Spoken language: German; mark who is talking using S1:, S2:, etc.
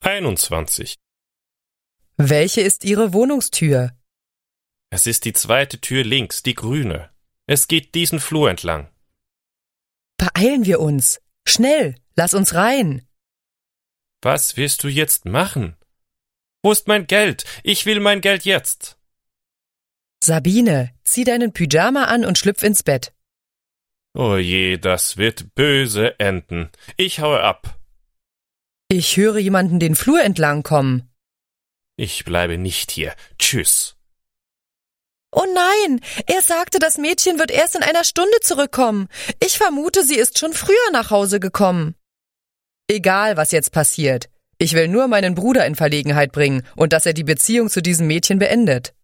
S1: einundzwanzig.
S2: Welche ist Ihre Wohnungstür?
S1: Es ist die zweite Tür links, die grüne. Es geht diesen Flur entlang.
S2: Beeilen wir uns. Schnell, lass uns rein.
S1: Was wirst du jetzt machen? Wo ist mein Geld? Ich will mein Geld jetzt.
S2: Sabine, zieh deinen Pyjama an und schlüpf ins Bett.
S1: Oh je, das wird böse enden. Ich haue ab.
S2: Ich höre jemanden den Flur entlang kommen.
S1: Ich bleibe nicht hier. Tschüss.
S2: Oh nein, er sagte, das Mädchen wird erst in einer Stunde zurückkommen. Ich vermute, sie ist schon früher nach Hause gekommen. Egal, was jetzt passiert. Ich will nur meinen Bruder in Verlegenheit bringen und dass er die Beziehung zu diesem Mädchen beendet.